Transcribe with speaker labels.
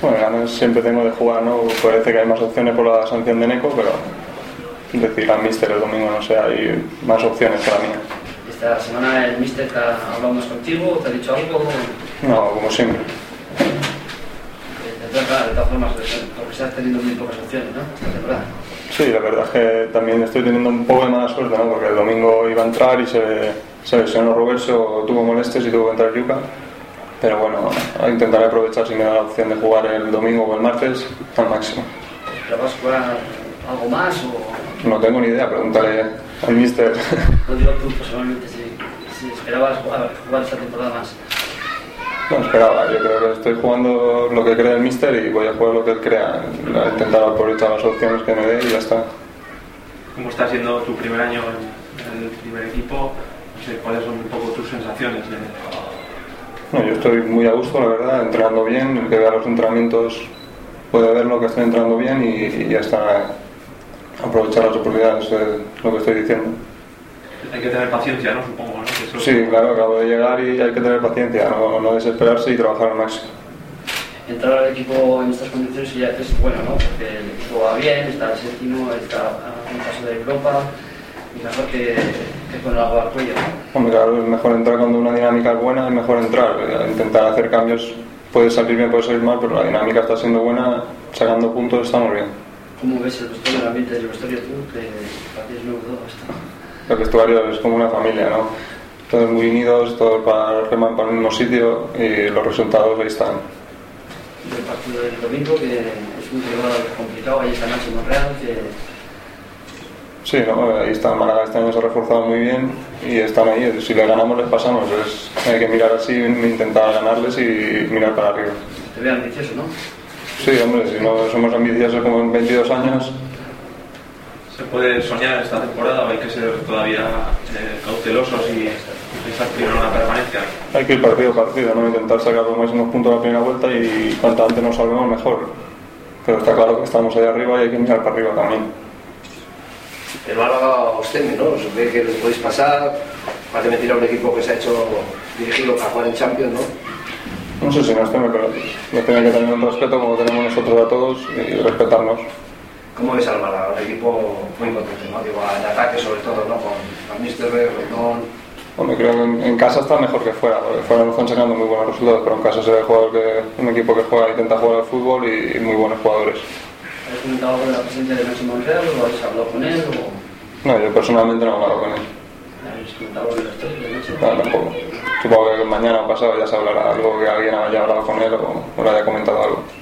Speaker 1: Bueno, ganas siempre tengo de jugar, ¿no? Parece que hay más opciones por la sanción de Neco, pero decidirá el míster el domingo, no sé, hay más opciones que la mía.
Speaker 2: Esta semana el míster te ha hablado más contigo, te ha dicho algo. Eh,
Speaker 1: No, como siempre.
Speaker 2: Te toca, de todas formas, porque estás teniendo muy pocas opciones, ¿no? Esta temporada.
Speaker 1: Sí, la verdad es que también estoy teniendo un poco de mala suerte, ¿no? Porque el domingo iba a entrar y se, se lesionó Roberto, tuvo molestias y tuvo que entrar Yuka. Pero bueno, intentaré aprovechar si me da la opción de jugar el domingo o el martes al máximo.
Speaker 2: ¿Pero vas a jugar algo más o
Speaker 1: No tengo ni idea, preguntaré al míster.
Speaker 2: lo digo tú personalmente si, si esperabas jugar, jugar esta temporada más?
Speaker 1: No esperaba, yo creo que estoy jugando lo que crea el míster y voy a jugar lo que él crea. Intentar aprovechar las opciones que me dé y ya está.
Speaker 3: ¿Cómo está siendo tu primer año en en el primer equipo? No sé, ¿Cuáles son un poco tus sensaciones? eh. de-
Speaker 1: No, yo estoy muy a gusto, la verdad, entrenando bien. El que vea los entrenamientos puede ver lo que estoy entrenando bien y, y ya está. Aprovechar las oportunidades, es lo que estoy diciendo.
Speaker 3: Hay que tener paciencia, ¿no? Supongo, ¿no? Que eso-
Speaker 1: Sí, claro, acabo de llegar y hay que tener paciencia, no, no desesperarse y trabajar al máximo.
Speaker 2: Entrar al equipo en estas condiciones ya es bueno, ¿no? Porque el equipo va bien, está el séptimo, está a un paso de Europa y mejor que, que con el agua al cuello, ¿no?
Speaker 1: Hombre, claro, es mejor entrar cuando una dinámica es buena, es mejor entrar. Eh, Intentar hacer cambios puede salir bien, puede salir mal, pero la dinámica está siendo buena, sacando puntos estamos bien.
Speaker 2: ¿Cómo ves el vestuario, el ambiente del vestuario tú? Que para ti es nuevo todo esto.
Speaker 1: El vestuario es como una familia, ¿no? Todos muy unidos, todos para, reman para el mismo sitio y los resultados ahí están.
Speaker 2: Del partido del domingo, que es un rival complicado, ahí está Nacho Monreal, que
Speaker 1: Sí, ¿no? ahí está, Málaga este año se ha reforzado muy bien y están ahí. Si le ganamos, les pasamos. Es- hay que mirar así, intentar ganarles y mirar para arriba.
Speaker 2: te ve ambicioso, ¿no?
Speaker 1: Sí, hombre, si no somos ambiciosos como en 22 años,
Speaker 3: ¿Se puede soñar esta temporada o hay que ser todavía eh, cautelosos y pensar primero en la permanencia?
Speaker 1: Hay que ir partido a partido, ¿no? intentar sacar los máximos puntos de la primera vuelta y cuanto antes nos salvemos mejor. Pero está claro que estamos ahí arriba y hay que mirar para arriba también.
Speaker 4: El Málaga os teme, ¿no? Os ve que lo podéis pasar. Aparte me tira un equipo que se ha hecho dirigido para jugar en Champions, ¿no?
Speaker 1: No sé si nos teme, pero nos tiene que tener un respeto como tenemos nosotros a todos y respetarnos.
Speaker 4: ¿Cómo ves al Málaga? Un equipo muy potente, ¿no? Digo, en ataque sobre todo, ¿no? Con Amnister, Rendón...
Speaker 1: Hombre, creo que en, en casa está mejor que fuera, porque fuera nos están sacando muy buenos resultados, pero en casa se ve jugador que, un equipo que juega, intenta jugar al fútbol y, y muy buenos jugadores.
Speaker 2: ¿Habéis comentado algo de la presencia de Nacho Monreal o habéis hablado con él o
Speaker 1: No, yo personalmente no he hablado con él,
Speaker 2: habéis comentado algo del vestuario de Nacho?
Speaker 1: nada, tampoco. Supongo que mañana o pasado ya se hablará algo, que alguien haya hablado con él o, o le haya comentado algo.